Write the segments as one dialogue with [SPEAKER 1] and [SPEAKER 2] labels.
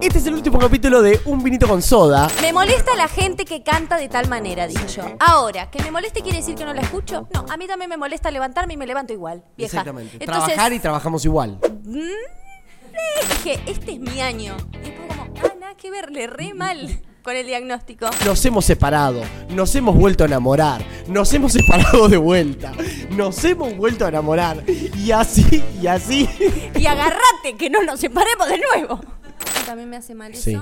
[SPEAKER 1] Este es el último capítulo de Un vinito con soda.
[SPEAKER 2] Me molesta la gente que canta de tal manera, dije yo. Ahora, que me moleste quiere decir que no la escucho. No, a mí también me molesta levantarme y me levanto igual, vieja.
[SPEAKER 1] Exactamente.
[SPEAKER 2] Entonces,
[SPEAKER 1] Trabajar y trabajamos igual.
[SPEAKER 2] dije, este es mi año. Y después como, ah, nada que ver, le re mal con el diagnóstico.
[SPEAKER 1] Nos hemos separado, nos hemos vuelto a enamorar, nos hemos separado de vuelta, nos hemos vuelto a enamorar. Y así, y así.
[SPEAKER 2] Y agarrate, que no nos separemos de nuevo. También me hace mal eso.
[SPEAKER 1] Sí.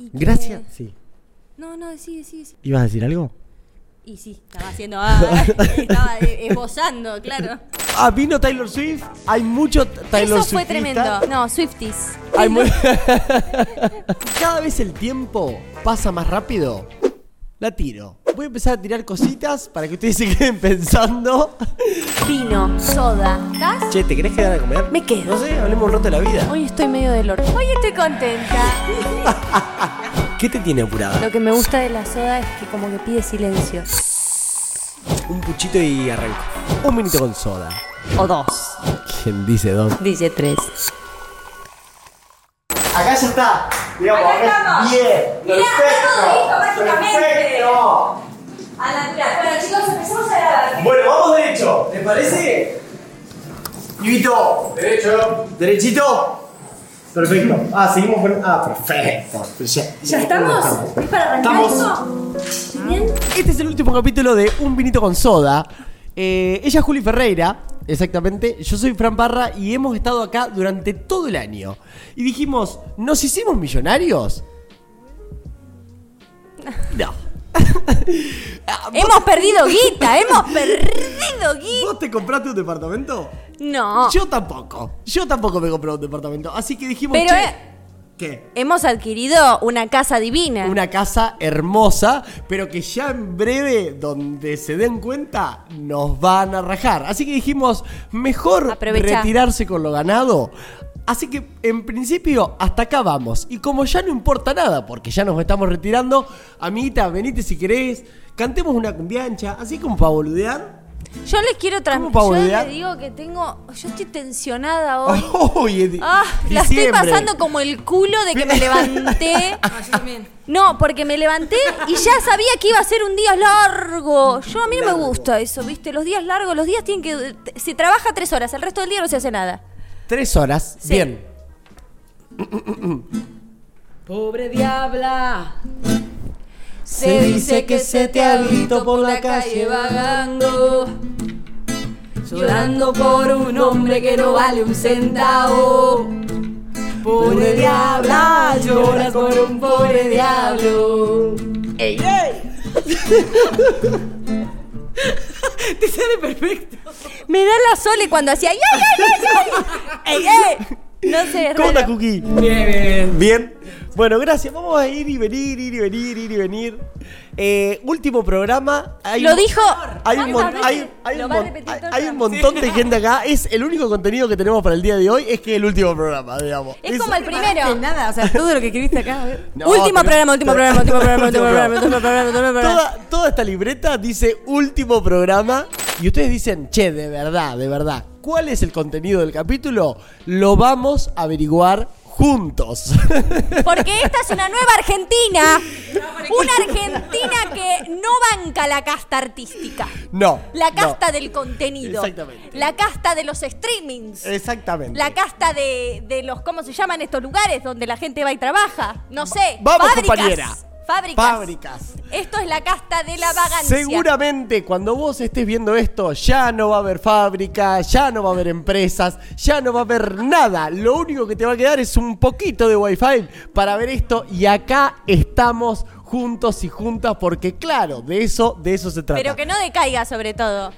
[SPEAKER 2] y que-
[SPEAKER 1] Gracias. Sí.
[SPEAKER 2] No, no, sí, sí, sí.
[SPEAKER 1] ¿Ibas a decir algo?
[SPEAKER 2] Y sí, estaba haciendo, ah, estaba eh, esbozando, claro.
[SPEAKER 1] Ah, vino Taylor Swift. Hay mucho Taylor
[SPEAKER 2] Eso fue
[SPEAKER 1] Swiftista.
[SPEAKER 2] tremendo. No, Swifties.
[SPEAKER 1] Hay mu- Cada vez el tiempo pasa más rápido. La tiro. Voy a empezar a tirar cositas para que ustedes se queden pensando.
[SPEAKER 2] Vino, soda, ¿estás?
[SPEAKER 1] Che, ¿te querés quedar a comer?
[SPEAKER 2] Me quedo.
[SPEAKER 1] No sé, hablemos un rato de la vida.
[SPEAKER 2] Hoy estoy medio del orto. Hoy estoy contenta.
[SPEAKER 1] ¿Qué te tiene apurada?
[SPEAKER 2] Lo que me gusta de la soda es que como que pide silencio.
[SPEAKER 1] Un puchito y arranco. Un minuto con soda.
[SPEAKER 2] O dos.
[SPEAKER 1] ¿Quién dice dónde?
[SPEAKER 2] Dice tres.
[SPEAKER 1] Acá ya está. Digamos,
[SPEAKER 2] Acá estamos.
[SPEAKER 1] Bien.
[SPEAKER 2] Mirá,
[SPEAKER 1] perfecto.
[SPEAKER 2] todo listo, básicamente.
[SPEAKER 1] Perfecto.
[SPEAKER 2] A la Bueno, chicos, empezamos a grabar.
[SPEAKER 1] Bueno, vamos derecho. ¿Te parece? Yvito. Derecho. Derechito. Perfecto. Ah, seguimos con. Ah, perfecto. Ya,
[SPEAKER 2] ¿Ya estamos? ¿Es para arrancar
[SPEAKER 1] Estamos.
[SPEAKER 2] esto? ¿Estoy bien?
[SPEAKER 1] Este es el último capítulo de Un vinito con soda. Eh, ella es Juli Ferreira, exactamente. Yo soy Fran Parra y hemos estado acá durante todo el año. Y dijimos, ¿nos hicimos millonarios? No.
[SPEAKER 2] Hemos perdido guita, hemos perdido guita.
[SPEAKER 1] ¿Vos te compraste un departamento?
[SPEAKER 2] No.
[SPEAKER 1] Yo tampoco. Yo tampoco me compré un departamento. Así que dijimos,
[SPEAKER 2] Pero,
[SPEAKER 1] che,
[SPEAKER 2] eh,
[SPEAKER 1] ¿qué?
[SPEAKER 2] Hemos adquirido una casa divina.
[SPEAKER 1] Una casa hermosa, pero que ya en breve, donde se den cuenta, nos van a rajar. Así que dijimos, mejor
[SPEAKER 2] Aprovechá.
[SPEAKER 1] retirarse con lo ganado. Así que, en principio, hasta acá vamos. Y como ya no importa nada, porque ya nos estamos retirando, amiguita, venite si querés, cantemos una cumbiancha, así como para boludear.
[SPEAKER 2] Yo les quiero
[SPEAKER 1] ¿Cómo,
[SPEAKER 2] transmitir. Yo
[SPEAKER 1] Paula?
[SPEAKER 2] les digo que tengo. Yo estoy tensionada hoy.
[SPEAKER 1] Oye, di-
[SPEAKER 2] Ah, la estoy
[SPEAKER 1] diciembre.
[SPEAKER 2] pasando como el culo de que me levanté. No, porque me levanté y ya sabía que iba a ser un día largo. Yo a mí no me gusta eso, ¿viste? Los días largos, los días tienen que. Se trabaja tres horas, el resto del día no se hace nada.
[SPEAKER 1] Tres horas.
[SPEAKER 2] Sí.
[SPEAKER 1] Bien.
[SPEAKER 3] Pobre diabla,
[SPEAKER 1] Se dice que se te ha visto por la calle
[SPEAKER 3] vagando, llorando por un hombre que no vale un centavo. Pobre diabla, lloras por un pobre diablo. ¡Ey, ey! Te sale perfecto.
[SPEAKER 2] Me da la sole cuando hacía. ¡Ay, ay, ay, ay, ay! ¡Ey, ey! No sé, es
[SPEAKER 1] ¿Cómo
[SPEAKER 2] raro.
[SPEAKER 1] está, Cookie?
[SPEAKER 3] Bien, bien.
[SPEAKER 1] Bien. Bueno, gracias. Vamos a ir y venir, ir y venir, ir y venir. Eh, último programa. Hay
[SPEAKER 2] Lo
[SPEAKER 1] un-
[SPEAKER 2] dijo.
[SPEAKER 1] Hay un, mon-
[SPEAKER 2] ¿Cuántas
[SPEAKER 1] hay,
[SPEAKER 2] veces?
[SPEAKER 1] hay
[SPEAKER 2] Lo
[SPEAKER 1] un
[SPEAKER 2] va a
[SPEAKER 1] mon-
[SPEAKER 2] repetir
[SPEAKER 1] hay-
[SPEAKER 2] todo el
[SPEAKER 1] hay un
[SPEAKER 2] programa.
[SPEAKER 1] montón de gente acá. Es el único contenido que tenemos para el día de hoy. Es que el último programa, digamos.
[SPEAKER 2] Es como el primero.
[SPEAKER 3] Nada, o sea, todo lo que escribiste acá. a ver.
[SPEAKER 1] No,
[SPEAKER 2] último
[SPEAKER 1] tenemos-
[SPEAKER 2] programa, último programa, último programa, último
[SPEAKER 1] Último
[SPEAKER 2] programa,
[SPEAKER 1] programa.
[SPEAKER 2] último programa, último programa.
[SPEAKER 1] Toda, toda esta libreta dice último programa y ustedes dicen, che, de verdad, de verdad, ¿cuál es el contenido del capítulo? Lo vamos a averiguar juntos.
[SPEAKER 2] Porque esta es una nueva Argentina. Una Argentina que no banca la casta artística.
[SPEAKER 1] no.
[SPEAKER 2] La
[SPEAKER 1] no.
[SPEAKER 2] casta del contenido.
[SPEAKER 1] Exactamente.
[SPEAKER 2] La casta de los streamings.
[SPEAKER 1] Exactamente.
[SPEAKER 2] La casta de, de los, ¿cómo se llaman estos lugares donde la gente va y trabaja? No sé.
[SPEAKER 1] Vamos,
[SPEAKER 2] fábricas.
[SPEAKER 1] compañera.
[SPEAKER 2] Fábricas.
[SPEAKER 1] Fábricas.
[SPEAKER 2] Esto es la casta de la vagancia.
[SPEAKER 1] Seguramente cuando vos estés viendo esto, ya no va a haber fábrica, ya no va a haber empresas, ya no va a haber nada. Lo único que te va a quedar es un poquito de wifi para ver esto y acá estamos juntos y juntas porque claro, de eso, de eso se trata.
[SPEAKER 2] Pero que no decaiga, sobre todo.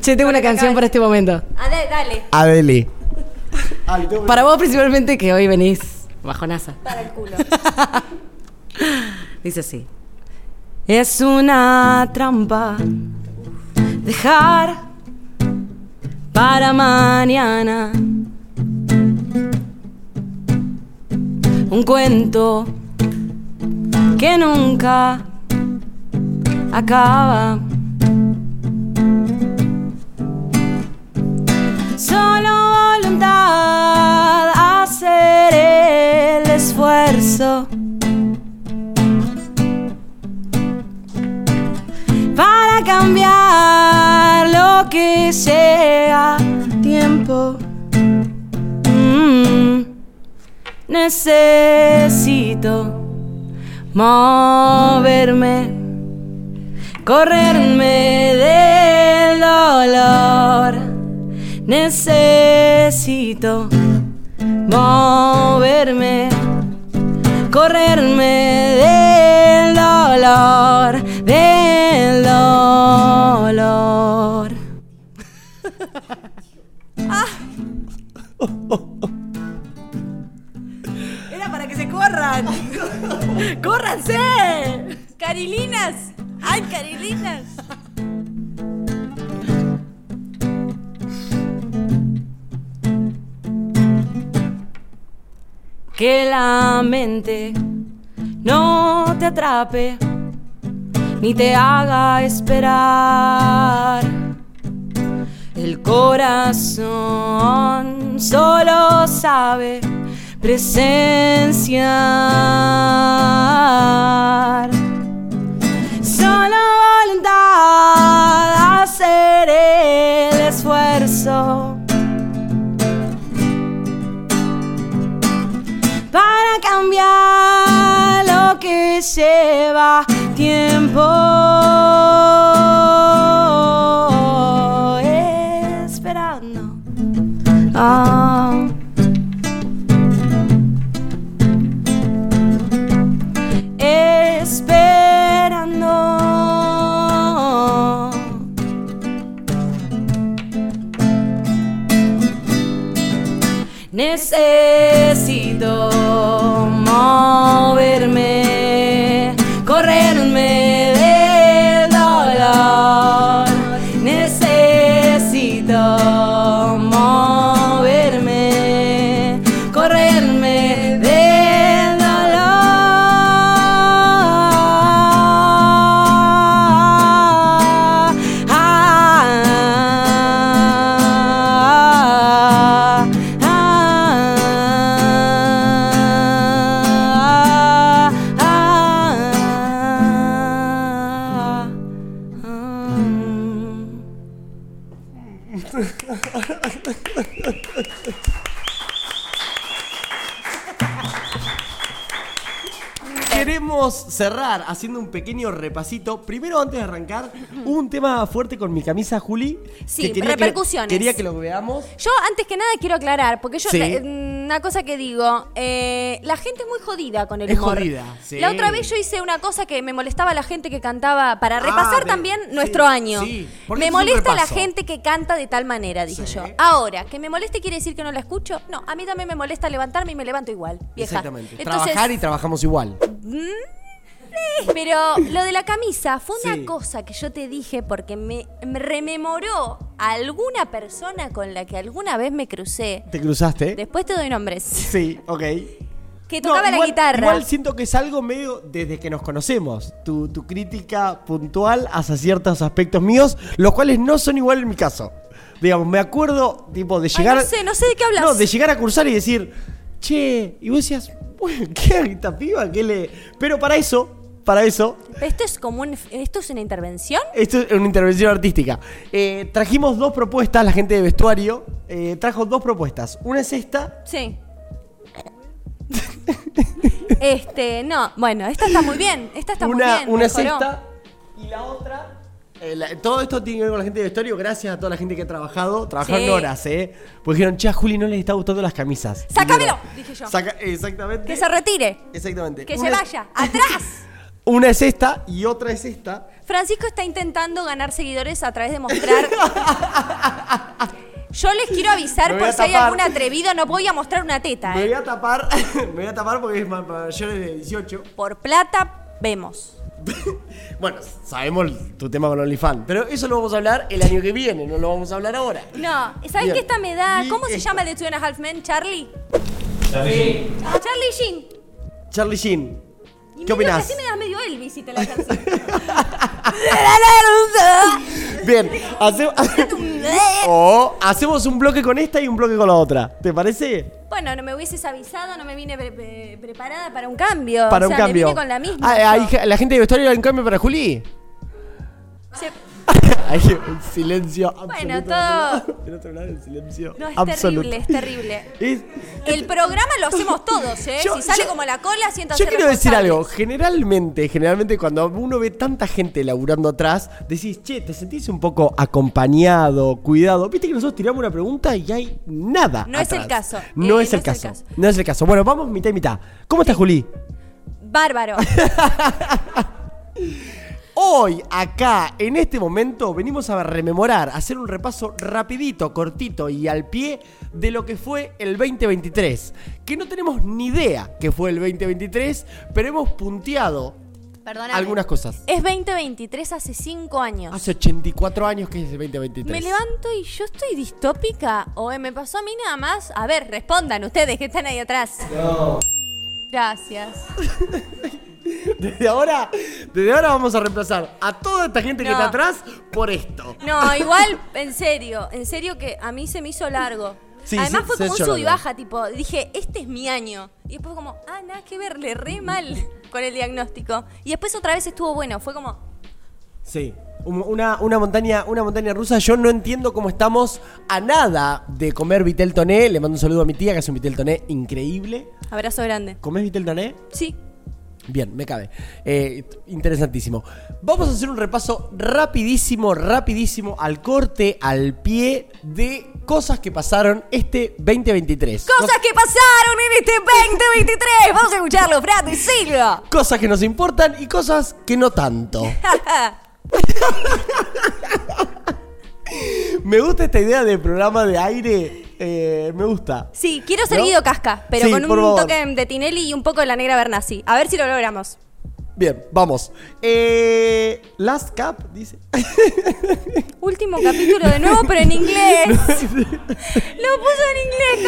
[SPEAKER 3] Che, tengo una canción para este momento.
[SPEAKER 2] A ver, dale.
[SPEAKER 1] Adele.
[SPEAKER 3] Para vos principalmente que hoy venís bajonaza.
[SPEAKER 2] Para el culo.
[SPEAKER 3] Dice así. Es una trampa dejar para mañana un cuento que nunca acaba. Solo voluntad hacer el esfuerzo esfuerzo. Para cambiar lo que sea tiempo. Mm. Necesito moverme, correrme del dolor. Necesito moverme, correrme del dolor, del dolor. Ah. Era para que se corran. ¡Córranse!
[SPEAKER 2] Carilinas. Ay, Carilinas.
[SPEAKER 3] Que la mente no te atrape ni te haga esperar. El corazón solo sabe presenciar. Solo voluntad hacer el esfuerzo. para cambiar lo que lleva tiempo. Esperando. Ah. Esperando. Necesito moverme, correrme del dolor. Necesito moverme, correrme del dolor. Ah, ah, ah, ah, ah.
[SPEAKER 1] Queremos cerrar haciendo un pequeño repasito. Primero, antes de arrancar, hubo un tema fuerte con mi camisa, Juli.
[SPEAKER 2] Sí,
[SPEAKER 1] que-
[SPEAKER 2] repercusiones.
[SPEAKER 1] quería que lo veamos.
[SPEAKER 2] Yo antes que nada quiero aclarar, porque yo
[SPEAKER 1] Sí.
[SPEAKER 2] la- mm, una cosa que digo, eh, la gente es muy jodida con el
[SPEAKER 1] Es
[SPEAKER 2] humor.
[SPEAKER 1] jodida, sí.
[SPEAKER 2] La otra vez yo hice una cosa que me molestaba a la gente que cantaba para repasar
[SPEAKER 1] Ah, de-
[SPEAKER 2] también
[SPEAKER 1] sí,
[SPEAKER 2] nuestro año.
[SPEAKER 1] sí, porque
[SPEAKER 2] me
[SPEAKER 1] esto es un
[SPEAKER 2] molesta la
[SPEAKER 1] repaso.
[SPEAKER 2] gente que canta de tal manera, dije
[SPEAKER 1] Sí.
[SPEAKER 2] yo. Ahora, que me moleste quiere decir que no la escucho. No, a mí también me molesta levantarme y me levanto igual, vieja.
[SPEAKER 1] Exactamente.
[SPEAKER 2] Entonces,
[SPEAKER 1] Trabajar y trabajamos igual.
[SPEAKER 2] pero lo de la camisa fue una
[SPEAKER 1] Sí.
[SPEAKER 2] cosa que yo te dije porque me, me rememoró a alguna persona con la que alguna vez me crucé.
[SPEAKER 1] ¿Te cruzaste? ¿eh?
[SPEAKER 2] Después te doy nombres.
[SPEAKER 1] Sí, ok.
[SPEAKER 2] Que
[SPEAKER 1] No,
[SPEAKER 2] tocaba la
[SPEAKER 1] igual-
[SPEAKER 2] guitarra.
[SPEAKER 1] Igual siento que es algo medio desde que nos conocemos. Tu, tu crítica puntual hacia ciertos aspectos míos, los cuales no son igual en mi caso. Digamos, me acuerdo, tipo, de
[SPEAKER 2] Ay,
[SPEAKER 1] llegar.
[SPEAKER 2] no sé, no sé de qué hablas.
[SPEAKER 1] No, de llegar a cursar y decir, che, y vos decías, "Uy, ¿qué esta piba? ¿Qué le.? Pero para eso, para eso,
[SPEAKER 2] Esto es como un, esto es una intervención.
[SPEAKER 1] esto es una intervención artística. Eh, trajimos dos propuestas, la gente de vestuario eh, trajo dos propuestas. Una es esta.
[SPEAKER 2] Sí. este, no, bueno, esta está muy bien. Esta está muy
[SPEAKER 1] una,
[SPEAKER 2] bien.
[SPEAKER 1] una
[SPEAKER 2] mejoró.
[SPEAKER 1] cesta y la otra. eh, la- todo esto tiene que ver con la gente de vestuario, gracias a toda la gente que ha trabajado. Trabajaron
[SPEAKER 2] Sí.
[SPEAKER 1] horas, ¿eh? Porque dijeron, che, a Juli no les está gustando las camisas.
[SPEAKER 2] ¡Sácamelo!
[SPEAKER 1] Primero.
[SPEAKER 2] Dije yo.
[SPEAKER 1] Saca- exactamente.
[SPEAKER 2] Que se retire.
[SPEAKER 1] exactamente.
[SPEAKER 2] Que se
[SPEAKER 1] Una-
[SPEAKER 2] vaya. ¡Atrás!
[SPEAKER 1] Una es esta y otra es esta.
[SPEAKER 2] Francisco está intentando ganar seguidores a través de mostrar. Yo les quiero
[SPEAKER 1] Me
[SPEAKER 2] avisar
[SPEAKER 1] voy a
[SPEAKER 2] por si hay
[SPEAKER 1] tapar.
[SPEAKER 2] algún atrevido, no voy a mostrar una teta,
[SPEAKER 1] Me
[SPEAKER 2] ¿eh?
[SPEAKER 1] voy a tapar. me voy a tapar porque es ma- mayores de 18.
[SPEAKER 2] Por plata, vemos.
[SPEAKER 1] Bueno, sabemos tu tema con OnlyFans. Pero eso lo vamos a hablar el año que viene, no lo vamos a hablar ahora.
[SPEAKER 2] No, ¿sabes
[SPEAKER 1] Bien.
[SPEAKER 2] qué esta me da?
[SPEAKER 1] Y
[SPEAKER 2] ¿Cómo se
[SPEAKER 1] esta.
[SPEAKER 2] llama el de Two and a Half Men? ¿Charlie? Charlie Sheen. Charlie Sheen.
[SPEAKER 1] Charlie Sheen.
[SPEAKER 2] Y
[SPEAKER 1] ¿Qué
[SPEAKER 2] medio que
[SPEAKER 1] opinás?
[SPEAKER 2] Así me das medio Elvis y te la canción.
[SPEAKER 1] Bien, hacemos. o hacemos un bloque con esta y un bloque con la otra. ¿Te parece?
[SPEAKER 2] bueno, no me hubieses avisado, no me vine pre- pre- preparada para un cambio.
[SPEAKER 1] Para
[SPEAKER 2] o sea,
[SPEAKER 1] un cambio.
[SPEAKER 2] Me vine con la misma.
[SPEAKER 1] Ah, ahí
[SPEAKER 2] yo.
[SPEAKER 1] ja- la gente de vestuario era un cambio para Juli.
[SPEAKER 2] Se-
[SPEAKER 1] Ahí, un silencio
[SPEAKER 2] Bueno,
[SPEAKER 1] absoluto.
[SPEAKER 2] todo-
[SPEAKER 1] Del otro lado, el silencio
[SPEAKER 2] No, es
[SPEAKER 1] absoluto.
[SPEAKER 2] terrible, es terrible.
[SPEAKER 1] Es-
[SPEAKER 2] El programa lo hacemos todos, ¿eh?
[SPEAKER 1] Yo-
[SPEAKER 2] si sale
[SPEAKER 1] yo-
[SPEAKER 2] como la cola, siéntanse
[SPEAKER 1] Yo quiero decir
[SPEAKER 2] responsables.
[SPEAKER 1] algo. Generalmente, generalmente cuando uno ve tanta gente laburando atrás, decís, che, te sentís un poco acompañado, cuidado. Viste que nosotros tiramos una pregunta y hay nada.
[SPEAKER 2] No es el
[SPEAKER 1] atrás.
[SPEAKER 2] caso.
[SPEAKER 1] No
[SPEAKER 2] Eh,
[SPEAKER 1] es el caso. No es el caso. Bueno, vamos mitad y mitad. ¿Cómo estás, Juli?
[SPEAKER 2] Bárbaro.
[SPEAKER 1] Hoy, acá, en este momento, venimos a rememorar, a hacer un repaso rapidito, cortito y al pie de lo que fue el 2023. Que no tenemos ni idea que fue el 2023, pero hemos punteado
[SPEAKER 2] Perdóname.
[SPEAKER 1] algunas cosas.
[SPEAKER 2] Es 2023 hace 5 años.
[SPEAKER 1] Hace 84 años que es el 2023.
[SPEAKER 2] Me levanto y yo estoy distópica. O eh, me pasó a mí nada más. A ver, respondan ustedes que están ahí atrás. No. Gracias.
[SPEAKER 1] Desde ahora, desde ahora vamos a reemplazar a toda esta gente que
[SPEAKER 2] No.
[SPEAKER 1] está atrás por esto.
[SPEAKER 2] No, igual, en serio, en serio que a mí se me hizo largo.
[SPEAKER 1] Sí,
[SPEAKER 2] Además
[SPEAKER 1] se-
[SPEAKER 2] fue
[SPEAKER 1] se
[SPEAKER 2] como un
[SPEAKER 1] echó
[SPEAKER 2] sub y
[SPEAKER 1] largo.
[SPEAKER 2] baja, tipo, dije, este es mi año. Y después como, ah, nada que ver, le re mal con el diagnóstico. Y después otra vez estuvo bueno, fue como,
[SPEAKER 1] Sí. un- Una, una montaña, una montaña rusa. Yo no entiendo cómo estamos a nada de comer vitel toné. Le mando un saludo a mi tía que hace un vitel toné increíble.
[SPEAKER 2] abrazo grande.
[SPEAKER 1] ¿Comés vitel toné?
[SPEAKER 2] Sí.
[SPEAKER 1] Bien, me cabe. Eh, t- interesantísimo. Vamos a hacer un repaso rapidísimo, rapidísimo, al corte, al pie de cosas que pasaron este 2023.
[SPEAKER 2] Cosas que pasaron en este 2023. Vamos a escucharlo, Frato y Silva.
[SPEAKER 1] Cosas que nos importan y cosas que no tanto. Me gusta esta idea de programa de aire. eh, me gusta.
[SPEAKER 2] Sí, quiero ser
[SPEAKER 1] ¿No?
[SPEAKER 2] Guido Casca, pero
[SPEAKER 1] Sí,
[SPEAKER 2] con un
[SPEAKER 1] por favor.
[SPEAKER 2] toque de Tinelli y un poco de la negra Bernasi. A ver si lo logramos.
[SPEAKER 1] Bien, vamos. Eh, last Cup, dice.
[SPEAKER 2] Último capítulo de nuevo, pero en inglés. Lo puso en inglés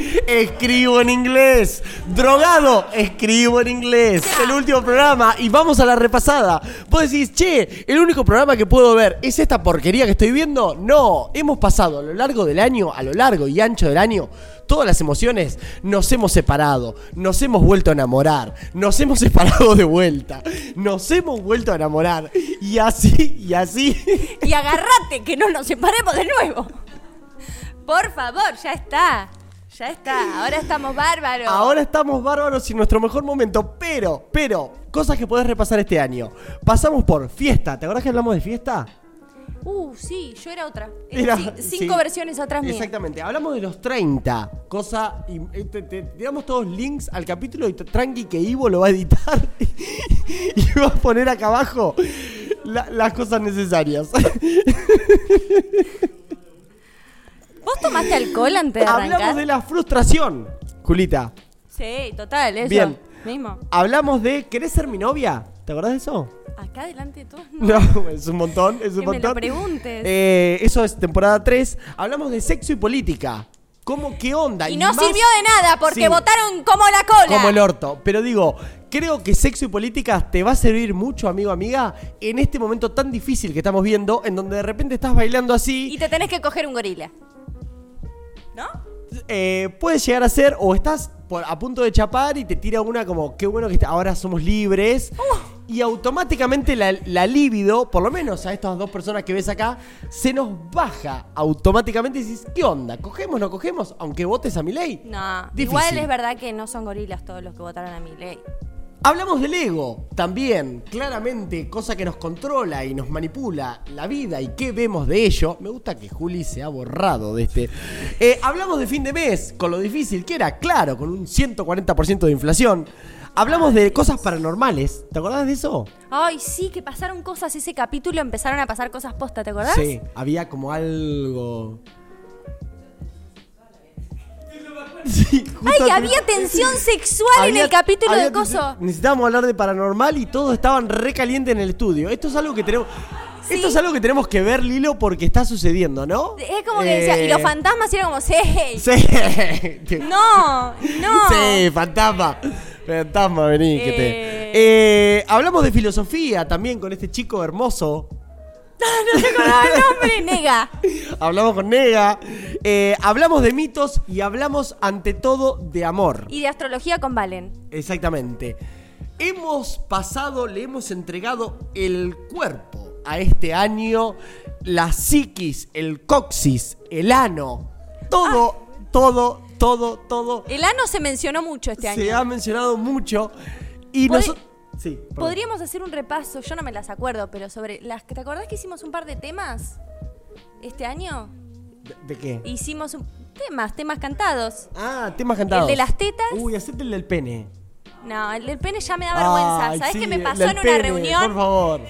[SPEAKER 2] también.
[SPEAKER 1] Escribo en inglés. Drogado, escribo en inglés. El último programa y vamos a la repasada. Vos decís, che, el único programa que puedo ver es esta porquería que estoy viendo. No, hemos pasado a lo largo del año, a lo largo y ancho del año, todas las emociones. Nos hemos separado, nos hemos vuelto a enamorar, nos hemos separado de vuelta, nos hemos vuelto a enamorar. Y así, y así.
[SPEAKER 2] Y agarrate, que no nos separemos de nuevo. Por favor, ya está. Ya está. Ahora estamos bárbaros.
[SPEAKER 1] Ahora estamos bárbaros y en nuestro mejor momento, pero, pero, cosas que podés repasar este año. Pasamos por fiesta, ¿te acordás que hablamos de fiesta?
[SPEAKER 2] Uh, sí, yo era otra. Eh,
[SPEAKER 1] Era-
[SPEAKER 2] sí, cinco
[SPEAKER 1] sí.
[SPEAKER 2] versiones atrás mía.
[SPEAKER 1] Exactamente, hablamos de los 30, cosa, y, eh, te, te- te damos todos links al capítulo y t- tranqui que Ivo lo va a editar y, va a poner acá abajo la- las cosas necesarias.
[SPEAKER 2] ¿Vos tomaste alcohol antes de arrancar?
[SPEAKER 1] hablamos de la frustración, Julita.
[SPEAKER 2] Sí, total, eso.
[SPEAKER 1] Bien.
[SPEAKER 2] Mismo.
[SPEAKER 1] Hablamos de, ¿querés ser mi novia? ¿Te acordás de eso?
[SPEAKER 2] Acá delante de todos. no.
[SPEAKER 1] No, es un montón, es un
[SPEAKER 2] Que me
[SPEAKER 1] montón.
[SPEAKER 2] lo preguntes.
[SPEAKER 1] Eh, eso es temporada 3. Hablamos de sexo y política. ¿Cómo qué onda?
[SPEAKER 2] Y no
[SPEAKER 1] más-
[SPEAKER 2] sirvió de nada porque
[SPEAKER 1] Sí,
[SPEAKER 2] votaron como la cola.
[SPEAKER 1] Como el orto. Pero digo, creo que sexo y política te va a servir mucho, amigo, amiga, en este momento tan difícil que estamos viendo, en donde de repente estás bailando así.
[SPEAKER 2] Y te tenés que coger un gorila. ¿No?
[SPEAKER 1] eh, puedes llegar a ser, o estás por- a punto de chapar y te tira una como, qué bueno que est- ahora somos libres.
[SPEAKER 2] Oh.
[SPEAKER 1] Y automáticamente la, la libido, por lo menos a estas dos personas que ves acá, se nos baja automáticamente y dices, ¿qué onda? ¿Cogemos no cogemos? Aunque votes a mi ley.
[SPEAKER 2] No. Igual es verdad que no son gorilas todos los que votaron a mi ley.
[SPEAKER 1] Hablamos del ego también, claramente, cosa que nos controla y nos manipula la vida y qué vemos de ello. Me gusta que Juli se ha borrado de este. Eh, hablamos de fin de mes, con lo difícil que era, claro, con un 140% de inflación. Hablamos de cosas paranormales, ¿te acordás de eso?
[SPEAKER 2] Ay, sí, que pasaron cosas ese capítulo, empezaron a pasar cosas posta, ¿te acordás?
[SPEAKER 1] Sí, había como algo... Sí,
[SPEAKER 2] Ay,
[SPEAKER 1] justo-
[SPEAKER 2] había tensión sexual en
[SPEAKER 1] Había-
[SPEAKER 2] el capítulo
[SPEAKER 1] había-
[SPEAKER 2] de Coso.
[SPEAKER 1] Necesitábamos hablar de paranormal y todos estaban recalientes en el estudio. Esto es algo que tenemos.
[SPEAKER 2] Sí.
[SPEAKER 1] Esto es algo que tenemos que ver, Lilo, porque está sucediendo, ¿no?
[SPEAKER 2] Es como que decía,
[SPEAKER 1] Eh,
[SPEAKER 2] y los fantasmas eran como, sí,
[SPEAKER 1] Sí.
[SPEAKER 2] no, no.
[SPEAKER 1] Sí, fantasma. Fantasma, vení, que te.
[SPEAKER 2] Eh.
[SPEAKER 1] Eh, hablamos de filosofía también con este chico hermoso.
[SPEAKER 2] No se acordaba el nombre, nega.
[SPEAKER 1] Hablamos con Nega. eh, hablamos de mitos y hablamos ante todo de amor.
[SPEAKER 2] Y de astrología con Valen.
[SPEAKER 1] Exactamente. Hemos pasado, le hemos entregado el cuerpo a este año, la psiquis, el coxis, el ano, todo,
[SPEAKER 2] Ah.
[SPEAKER 1] todo, todo, todo.
[SPEAKER 2] El ano se mencionó mucho este
[SPEAKER 1] se
[SPEAKER 2] año.
[SPEAKER 1] ha mencionado mucho. Y
[SPEAKER 2] Podri-
[SPEAKER 1] nosotros... Sí, perdón.
[SPEAKER 2] Podríamos hacer un repaso, yo no me las acuerdo, pero sobre las que te acordás que hicimos un par de temas este año?
[SPEAKER 1] ¿De, de qué?
[SPEAKER 2] Hicimos un- temas, temas cantados.
[SPEAKER 1] Ah, temas cantados.
[SPEAKER 2] ¿El de las tetas?
[SPEAKER 1] Uy, hacete el del pene.
[SPEAKER 2] No, el del pene ya me da vergüenza.
[SPEAKER 1] Ay,
[SPEAKER 2] ¿Sabés
[SPEAKER 1] sí,
[SPEAKER 2] qué me
[SPEAKER 1] el
[SPEAKER 2] pasó
[SPEAKER 1] del
[SPEAKER 2] en una
[SPEAKER 1] pene, Por
[SPEAKER 2] reunión?
[SPEAKER 1] favor.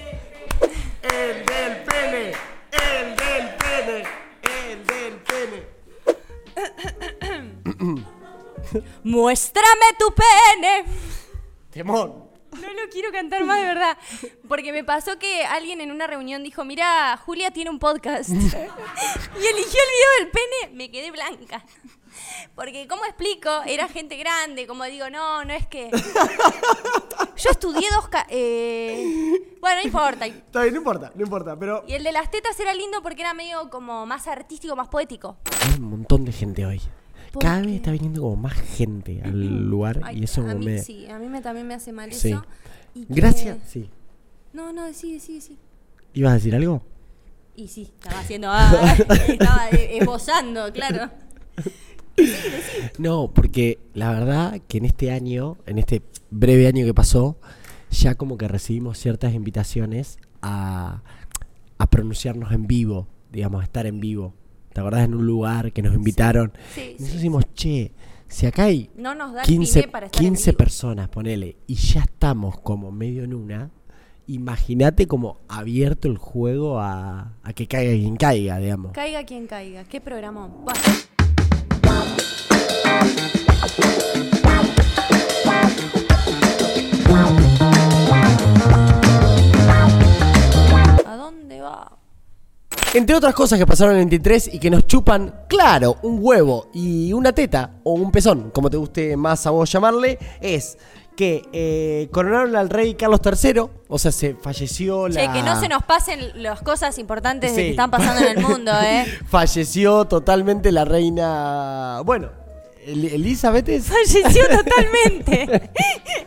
[SPEAKER 1] El del pene, el del pene, el del pene.
[SPEAKER 2] Muéstrame tu pene.
[SPEAKER 1] Temón.
[SPEAKER 2] No lo quiero cantar más de verdad. Porque me pasó que alguien en una reunión dijo, mira, Julia tiene un podcast. y eligió el video del pene, me quedé blanca. Porque, ¿cómo explico? Era gente grande, como digo, no, no es que... Yo estudié dos... ca- eh, Bueno, no importa. Y
[SPEAKER 1] Está bien, no importa, no importa, pero...
[SPEAKER 2] el de las tetas era lindo porque era medio como más artístico, más poético.
[SPEAKER 1] Hay un montón de gente hoy.
[SPEAKER 2] ¿Por
[SPEAKER 1] Cada
[SPEAKER 2] qué?
[SPEAKER 1] vez está viniendo como más gente al lugar
[SPEAKER 2] Ay,
[SPEAKER 1] y eso
[SPEAKER 2] a
[SPEAKER 1] como
[SPEAKER 2] mí,
[SPEAKER 1] me...
[SPEAKER 2] Sí, a mí me- también me hace mal
[SPEAKER 1] Sí.
[SPEAKER 2] eso. Y que-
[SPEAKER 1] Gracias. Sí.
[SPEAKER 2] No, no, sí, sí, sí.
[SPEAKER 1] ¿Ibas a decir algo?
[SPEAKER 2] Y sí, estaba haciendo. ah, estaba eh, esbozando, claro.
[SPEAKER 1] No, porque la verdad que en este año, en este breve año que pasó, ya como que recibimos ciertas invitaciones a, a pronunciarnos en vivo, digamos, a estar en vivo. ¿Te acordás en un lugar que nos invitaron?
[SPEAKER 2] Sí,
[SPEAKER 1] Nosotros
[SPEAKER 2] sí.
[SPEAKER 1] decimos, che, si acá hay
[SPEAKER 2] No nos da el
[SPEAKER 1] 15,
[SPEAKER 2] piné para estar
[SPEAKER 1] 15
[SPEAKER 2] en vivo.
[SPEAKER 1] personas, ponele, y ya estamos como medio en una, imagínate como abierto el juego a, a que caiga quien caiga, digamos.
[SPEAKER 2] Caiga quien caiga. ¿Qué programón? Buah. ¿A dónde va?
[SPEAKER 1] Entre otras cosas que pasaron en 23 y que nos chupan, claro, un huevo y una teta o un pezón, como te guste más a vos llamarle, es que eh, coronaron al rey Carlos III, o sea, se falleció la...
[SPEAKER 2] Che, que no se nos pasen las cosas importantes de
[SPEAKER 1] Sí.
[SPEAKER 2] que están pasando en el mundo, ¿eh?
[SPEAKER 1] Falleció totalmente la reina... Bueno, El- Elizabeth es...
[SPEAKER 2] Falleció totalmente.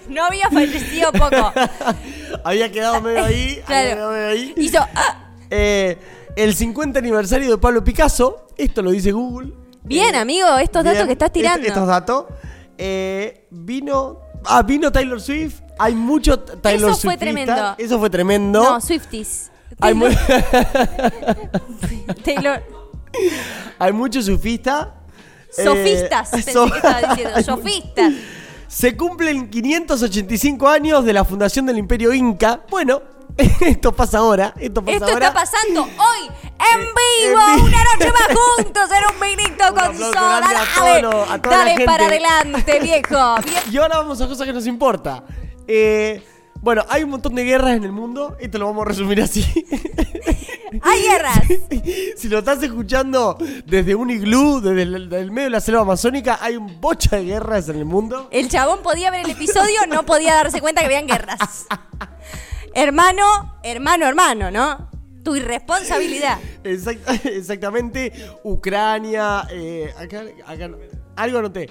[SPEAKER 2] No había fallecido poco.
[SPEAKER 1] había quedado medio ahí, había
[SPEAKER 2] Claro.
[SPEAKER 1] quedado medio ahí.
[SPEAKER 2] Hizo. ah,
[SPEAKER 1] Eh, el 50 aniversario de Pablo Picasso, esto lo dice Google,
[SPEAKER 2] Bien, amigo, estos datos
[SPEAKER 1] Eh, Bien,
[SPEAKER 2] que estás
[SPEAKER 1] est-
[SPEAKER 2] tirando.
[SPEAKER 1] estos datos. Eh, vino. Ah, vino Taylor Swift. Hay mucho t- Taylor
[SPEAKER 2] Eso fue
[SPEAKER 1] Swiftista.
[SPEAKER 2] tremendo.
[SPEAKER 1] Eso fue tremendo.
[SPEAKER 2] No, Swifties.
[SPEAKER 1] hay, mu-
[SPEAKER 2] Taylor. Taylor-
[SPEAKER 1] Eh, hay mucho sufista. eh,
[SPEAKER 2] Sofistas, pensé que estaba diciendo. Sofistas.
[SPEAKER 1] Se cumplen 585 años de la fundación del Imperio Inca. Bueno, esto pasa ahora. Esto pasa
[SPEAKER 2] Esto
[SPEAKER 1] ahora. Eh,
[SPEAKER 2] está pasando hoy, en vivo,
[SPEAKER 1] en vivo.
[SPEAKER 2] una noche más juntos, en un vinito
[SPEAKER 1] Un
[SPEAKER 2] con
[SPEAKER 1] aplauso
[SPEAKER 2] Soda.
[SPEAKER 1] grande a
[SPEAKER 2] Dale,
[SPEAKER 1] todo lo- a toda la
[SPEAKER 2] dale
[SPEAKER 1] gente.
[SPEAKER 2] para adelante, viejo. Bien.
[SPEAKER 1] Y ahora vamos a cosas que nos importa. Eh, bueno, hay un montón de guerras en el mundo. Esto lo vamos a resumir así.
[SPEAKER 2] Hay guerras.
[SPEAKER 1] si lo estás escuchando desde un iglú, desde el, desde el medio de la selva amazónica, hay un bocha de guerras en el mundo.
[SPEAKER 2] El chabón podía ver el episodio, no podía darse cuenta que habían guerras. hermano, hermano, hermano, ¿no? Tu irresponsabilidad.
[SPEAKER 1] Exact- exactamente, Ucrania, eh, acá, acá no- algo anoté.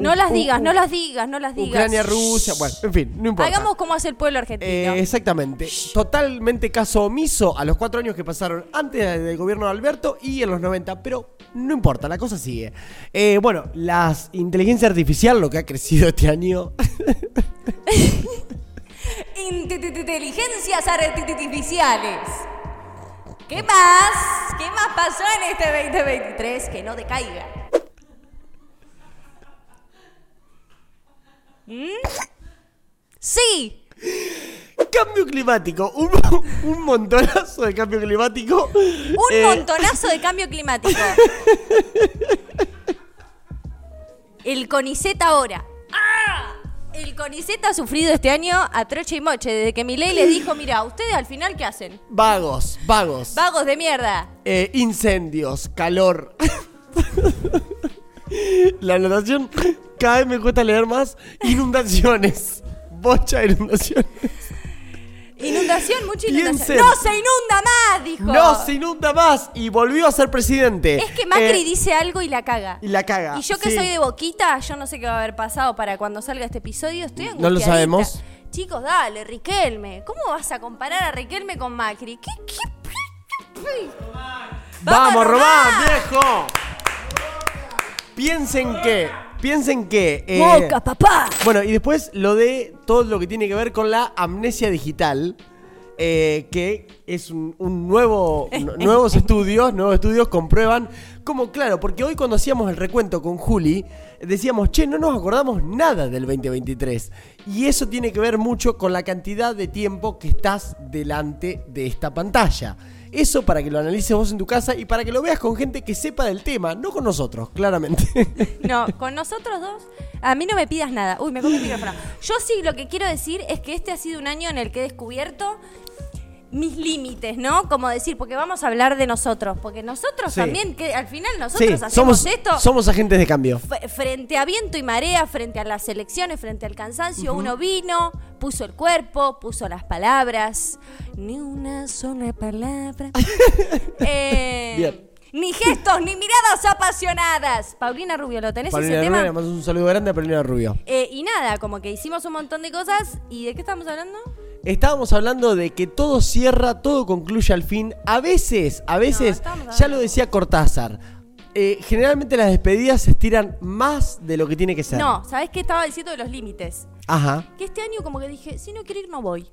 [SPEAKER 2] No
[SPEAKER 1] U-
[SPEAKER 2] las
[SPEAKER 1] u-
[SPEAKER 2] digas,
[SPEAKER 1] u-
[SPEAKER 2] no las digas, no las digas.
[SPEAKER 1] Ucrania, Rusia, bueno, en fin, no importa.
[SPEAKER 2] Hagamos como hace el pueblo
[SPEAKER 1] Eh,
[SPEAKER 2] argentino.
[SPEAKER 1] exactamente. Totalmente caso omiso a los cuatro años que pasaron antes del gobierno de Alberto y en los 90, pero no importa, la cosa sigue. Eh, bueno, la inteligencia artificial, lo que ha crecido este año,
[SPEAKER 2] Inteligencias artificiales. ¿Qué más? ¿Qué más pasó en este 2023 que no decaiga? ¿Mm? Sí.
[SPEAKER 1] Cambio climático, un, un montonazo de cambio climático.
[SPEAKER 2] Un
[SPEAKER 1] Eh,
[SPEAKER 2] montonazo de cambio climático. El CONICET ahora. ¡Ah! El CONICET ha sufrido este año a troche y moche desde que Milei les dijo, mira, ustedes al final qué hacen?
[SPEAKER 1] Vagos, vagos.
[SPEAKER 2] Vagos de mierda.
[SPEAKER 1] Eh, incendios, calor. La anotación cada vez me cuesta leer más. Inundaciones. Bocha de inundaciones.
[SPEAKER 2] inundación, mucha inundación.
[SPEAKER 1] Piensen.
[SPEAKER 2] No se inunda más, dijo.
[SPEAKER 1] No se inunda más y volvió a ser presidente.
[SPEAKER 2] Es que Macri
[SPEAKER 1] Eh,
[SPEAKER 2] dice algo y la caga.
[SPEAKER 1] Y la caga.
[SPEAKER 2] Y yo que
[SPEAKER 1] sí.
[SPEAKER 2] soy de boquita, yo no sé qué va a haber pasado para cuando salga este episodio. Estoy
[SPEAKER 1] No lo
[SPEAKER 2] angustiadita.
[SPEAKER 1] sabemos.
[SPEAKER 2] Chicos, dale, Riquelme. ¿Cómo vas a comparar a Riquelme con Macri? ¿Qué? qué- qué-
[SPEAKER 1] ¡Vamos, Román,
[SPEAKER 2] Román!
[SPEAKER 1] viejo! Piensen que. Piensen que. eh,
[SPEAKER 2] ¡Boca, papá!
[SPEAKER 1] Bueno, y después lo de todo lo que tiene que ver con la amnesia digital. eh, que es un, un nuevo. n- nuevos estudios. Nuevos estudios comprueban. Como claro, porque hoy cuando hacíamos el recuento con Juli, decíamos, che, no nos acordamos nada del 2023. Y eso tiene que ver mucho con la cantidad de tiempo que estás delante de esta pantalla. Eso para que lo analices vos en tu casa y para que lo veas con gente que sepa del tema, no con nosotros, claramente.
[SPEAKER 2] No, con nosotros dos, a mí no me pidas nada. Uy, me comí el micrófono. Yo sí lo que quiero decir es que este ha sido un año en el que he descubierto mis límites, ¿no? Como decir, porque vamos a hablar de nosotros, porque nosotros
[SPEAKER 1] Sí.
[SPEAKER 2] también, que al final
[SPEAKER 1] Sí,
[SPEAKER 2] nosotros hacemos
[SPEAKER 1] somos,
[SPEAKER 2] esto
[SPEAKER 1] somos agentes de cambio.
[SPEAKER 2] f- frente a viento y marea, frente a las elecciones, frente al cansancio, uno vino, puso el cuerpo, puso las palabras, ni una sola palabra. Eh,
[SPEAKER 1] Bien.
[SPEAKER 2] Ni gestos, ni miradas apasionadas. Paulina Rubio, ¿lo tenés
[SPEAKER 1] Paulina
[SPEAKER 2] ese
[SPEAKER 1] Rubio,
[SPEAKER 2] tema?
[SPEAKER 1] le mando un saludo grande a Paulina Rubio.
[SPEAKER 2] Eh, y nada, como que hicimos un montón de cosas. ¿Y de qué estamos hablando?
[SPEAKER 1] Estábamos hablando de que todo cierra, todo concluye al fin. A veces, a veces,
[SPEAKER 2] estamos hablando-
[SPEAKER 1] ya lo decía Cortázar, eh, generalmente las despedidas se estiran más de lo que tiene que ser.
[SPEAKER 2] No, ¿sabés qué estaba diciendo de los límites?
[SPEAKER 1] Ajá.
[SPEAKER 2] Que este año como que dije, si no quiero ir, no voy.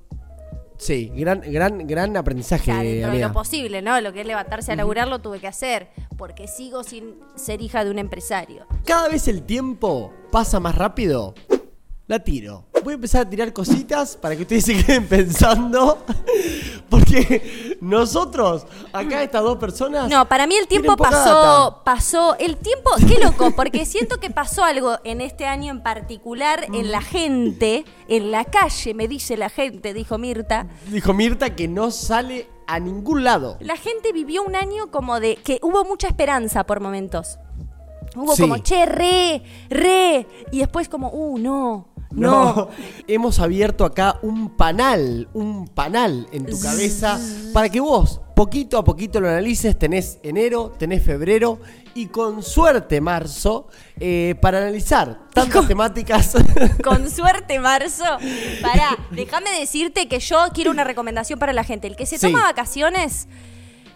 [SPEAKER 1] Sí, gran, gran, gran aprendizaje,
[SPEAKER 2] O sea, dentro de
[SPEAKER 1] amiga.
[SPEAKER 2] lo posible, ¿no? Lo que es levantarse a laburar lo tuve que hacer. Porque sigo sin ser hija de un empresario.
[SPEAKER 1] Cada vez el tiempo pasa más rápido. La tiro. Voy a empezar a tirar cositas para que ustedes se queden pensando. Porque nosotros, acá estas dos personas.
[SPEAKER 2] No, para mí el
[SPEAKER 1] tienen
[SPEAKER 2] tiempo
[SPEAKER 1] poca
[SPEAKER 2] pasó,
[SPEAKER 1] data.
[SPEAKER 2] pasó, el tiempo, qué loco, porque siento que pasó algo en este año en particular en la gente, en la calle, me dice la gente, dijo Mirta,
[SPEAKER 1] Dijo Mirta que no sale a ningún lado.
[SPEAKER 2] La gente vivió un año como de que hubo mucha esperanza por momentos. Hubo
[SPEAKER 1] Sí.
[SPEAKER 2] como, che, re, re. Y después como, uh, no, no.
[SPEAKER 1] Hemos abierto acá un panal, un panal en tu cabeza para que vos poquito a poquito lo analices. Tenés enero, tenés febrero y con suerte marzo eh, para analizar tantas temáticas.
[SPEAKER 2] Con suerte, marzo. Pará, déjame decirte que yo quiero una recomendación para la gente. El que se
[SPEAKER 1] Sí.
[SPEAKER 2] toma vacaciones,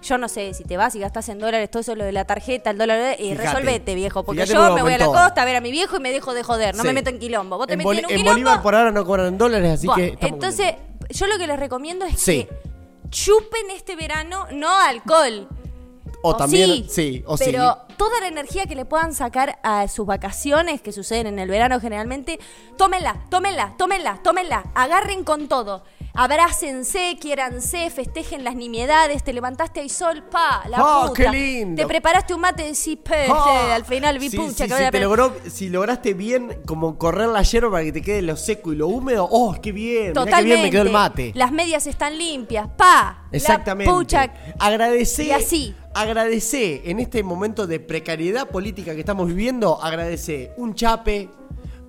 [SPEAKER 2] yo no sé, si te vas y gastas en dólares, todo eso lo de la tarjeta, el dólar, y
[SPEAKER 1] Fíjate.
[SPEAKER 2] resolvete, viejo. Porque
[SPEAKER 1] Fíjate
[SPEAKER 2] yo
[SPEAKER 1] cómo
[SPEAKER 2] me voy a la
[SPEAKER 1] aumentó.
[SPEAKER 2] costa a ver a mi viejo y me dejo de joder, no
[SPEAKER 1] Sí.
[SPEAKER 2] me meto en quilombo. Vos te
[SPEAKER 1] en,
[SPEAKER 2] metés
[SPEAKER 1] Boli-
[SPEAKER 2] en un
[SPEAKER 1] en
[SPEAKER 2] quilombo.
[SPEAKER 1] Bolívar por ahora no cobran dólares, así que.
[SPEAKER 2] Bueno,
[SPEAKER 1] estamos
[SPEAKER 2] entonces, yo lo que les recomiendo es
[SPEAKER 1] Sí.
[SPEAKER 2] que chupen este verano no alcohol.
[SPEAKER 1] contentos. O, también. Sí, o sí.
[SPEAKER 2] Pero toda la energía que le puedan sacar a sus vacaciones que suceden en el verano generalmente, tómenla, tómenla, tómenla, tómenla. Agarren con todo. Abrácense, quiéranse, festejen las nimiedades, te levantaste al sol, pa, la
[SPEAKER 1] Ah, qué
[SPEAKER 2] puta.
[SPEAKER 1] lindo.
[SPEAKER 2] Te preparaste un mate y decís, pe,
[SPEAKER 1] ¡Ah!
[SPEAKER 2] al final vi
[SPEAKER 1] Sí,
[SPEAKER 2] pucha,
[SPEAKER 1] sí,
[SPEAKER 2] que
[SPEAKER 1] si,
[SPEAKER 2] vale la
[SPEAKER 1] te
[SPEAKER 2] pena.
[SPEAKER 1] logró- si lograste bien como correr la hierba para que te quede lo seco y lo húmedo, oh, qué bien, mirá qué
[SPEAKER 2] Totalmente.
[SPEAKER 1] bien me quedó el mate.
[SPEAKER 2] Las medias están limpias, pa.
[SPEAKER 1] Exactamente.
[SPEAKER 2] La pucha.
[SPEAKER 1] Agradecé.
[SPEAKER 2] Y así.
[SPEAKER 1] Agradecé en este momento de precariedad política que estamos viviendo, agradecé un chape,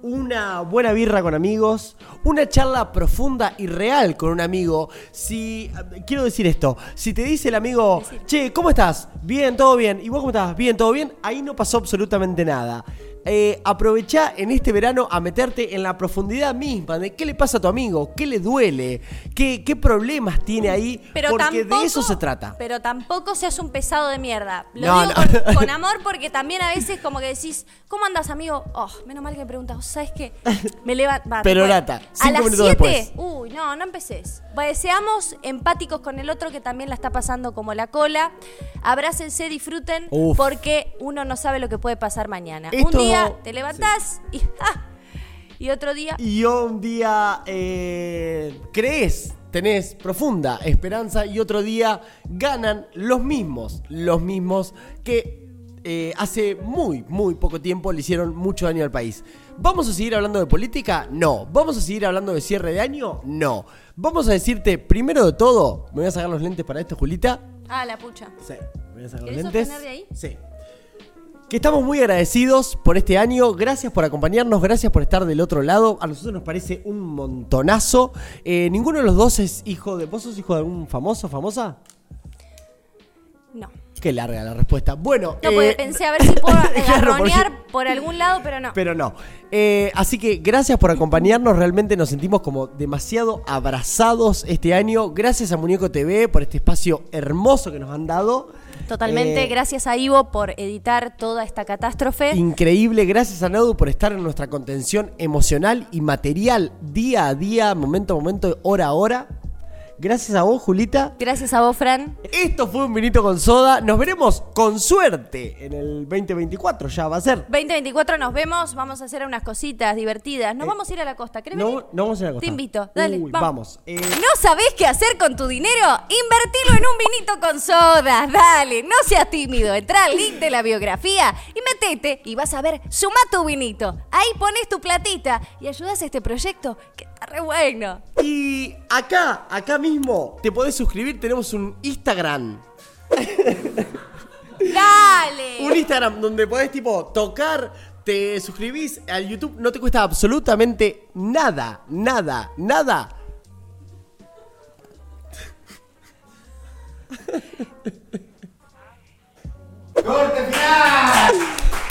[SPEAKER 1] una buena birra con amigos, una charla profunda y real con un amigo. Si eh, quiero decir esto, si te dice el amigo, "Che, ¿cómo estás? Bien, todo bien." ¿Y vos cómo estás? Bien, todo bien. Ahí no pasó absolutamente nada. Eh, aprovechá en este verano a meterte en la profundidad misma de qué le pasa a tu amigo, qué le duele, qué, qué problemas tiene ahí,
[SPEAKER 2] Pero
[SPEAKER 1] porque
[SPEAKER 2] tampoco-
[SPEAKER 1] de eso se trata.
[SPEAKER 2] Pero tampoco seas un pesado de mierda. Lo
[SPEAKER 1] No,
[SPEAKER 2] digo
[SPEAKER 1] no.
[SPEAKER 2] Con, con amor porque también a veces como que decís, ¿cómo andas, amigo? Oh, menos mal que me preguntas. ¿Vos ¿Sabes qué? Me levanta.
[SPEAKER 1] Pero lata,
[SPEAKER 2] A
[SPEAKER 1] cinco
[SPEAKER 2] las
[SPEAKER 1] minutos
[SPEAKER 2] 7.
[SPEAKER 1] después.
[SPEAKER 2] Uy, no, no empeces. Bueno, Seamos empáticos con el otro que también la está pasando como la cola. Abrácense, disfruten,
[SPEAKER 1] Uf.
[SPEAKER 2] porque uno no sabe lo que puede pasar mañana.
[SPEAKER 1] Esto-
[SPEAKER 2] Un día te levantás y. ¡ja! Y otro día.
[SPEAKER 1] Y un día eh, crees, tenés profunda esperanza y otro día ganan los mismos, los mismos que eh, hace muy, muy poco tiempo le hicieron mucho daño al país. ¿Vamos a seguir hablando de política? No. ¿Vamos a seguir hablando de cierre de año? No. Vamos a decirte, primero de todo, me voy a sacar los lentes para esto, Julita.
[SPEAKER 2] Ah, la pucha.
[SPEAKER 1] Sí, me voy a sacar los
[SPEAKER 2] ¿Querés
[SPEAKER 1] lentes.
[SPEAKER 2] sostener de ahí?
[SPEAKER 1] Sí. que estamos muy agradecidos por este año. Gracias por acompañarnos, gracias por estar del otro lado. A nosotros nos parece un montonazo. Eh, ninguno de los dos es hijo de. ¿Vos sos hijo de algún famoso, famosa?
[SPEAKER 2] No.
[SPEAKER 1] Qué larga la respuesta. Bueno,
[SPEAKER 2] No,
[SPEAKER 1] eh,
[SPEAKER 2] porque pensé a ver si puedo
[SPEAKER 1] Claro,
[SPEAKER 2] agarronear
[SPEAKER 1] porque-
[SPEAKER 2] por algún lado, pero no.
[SPEAKER 1] Pero no. Eh, así que gracias por acompañarnos. Realmente nos sentimos como demasiado abrazados este año. Gracias a Muñeco TV por este espacio hermoso que nos han dado.
[SPEAKER 2] Totalmente,
[SPEAKER 1] Eh,
[SPEAKER 2] gracias a Ivo por editar toda esta catástrofe.
[SPEAKER 1] Increíble, gracias a Nadu por estar en nuestra contención emocional y material día a día, momento a momento, hora a hora. Gracias a vos, Julita.
[SPEAKER 2] Gracias a vos, Fran.
[SPEAKER 1] Esto fue un vinito con soda. Nos veremos con suerte en el 2024, ya va a ser.
[SPEAKER 2] 2024 nos vemos, vamos a hacer unas cositas divertidas. Nos vamos a ir a la costa, ¿crees?
[SPEAKER 1] Eh, No, no vamos a ir a la costa.
[SPEAKER 2] Te invito, dale.
[SPEAKER 1] Uy,
[SPEAKER 2] vamos.
[SPEAKER 1] vamos. Eh,
[SPEAKER 2] ¿No sabés qué hacer con tu dinero? Invertilo en un vinito con sodas, dale. No seas tímido, entra al link de la biografía y metete y vas a ver, suma tu vinito. Ahí pones tu platita y ayudas a este proyecto que está re bueno.
[SPEAKER 1] Y acá, acá mismo, te podés suscribir. Tenemos un Instagram.
[SPEAKER 2] Dale.
[SPEAKER 1] Un Instagram donde podés, tipo, tocar, te suscribís al YouTube. No te cuesta absolutamente nada, nada, nada.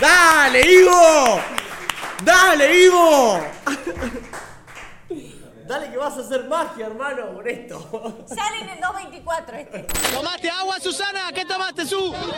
[SPEAKER 1] ¡Dale, Ivo! ¡Dale, Ivo! Dale que vas a hacer magia, hermano, con esto.
[SPEAKER 2] Salen en 224 este.
[SPEAKER 4] ¿Tomaste agua, Susana? ¿Qué tomaste, Su?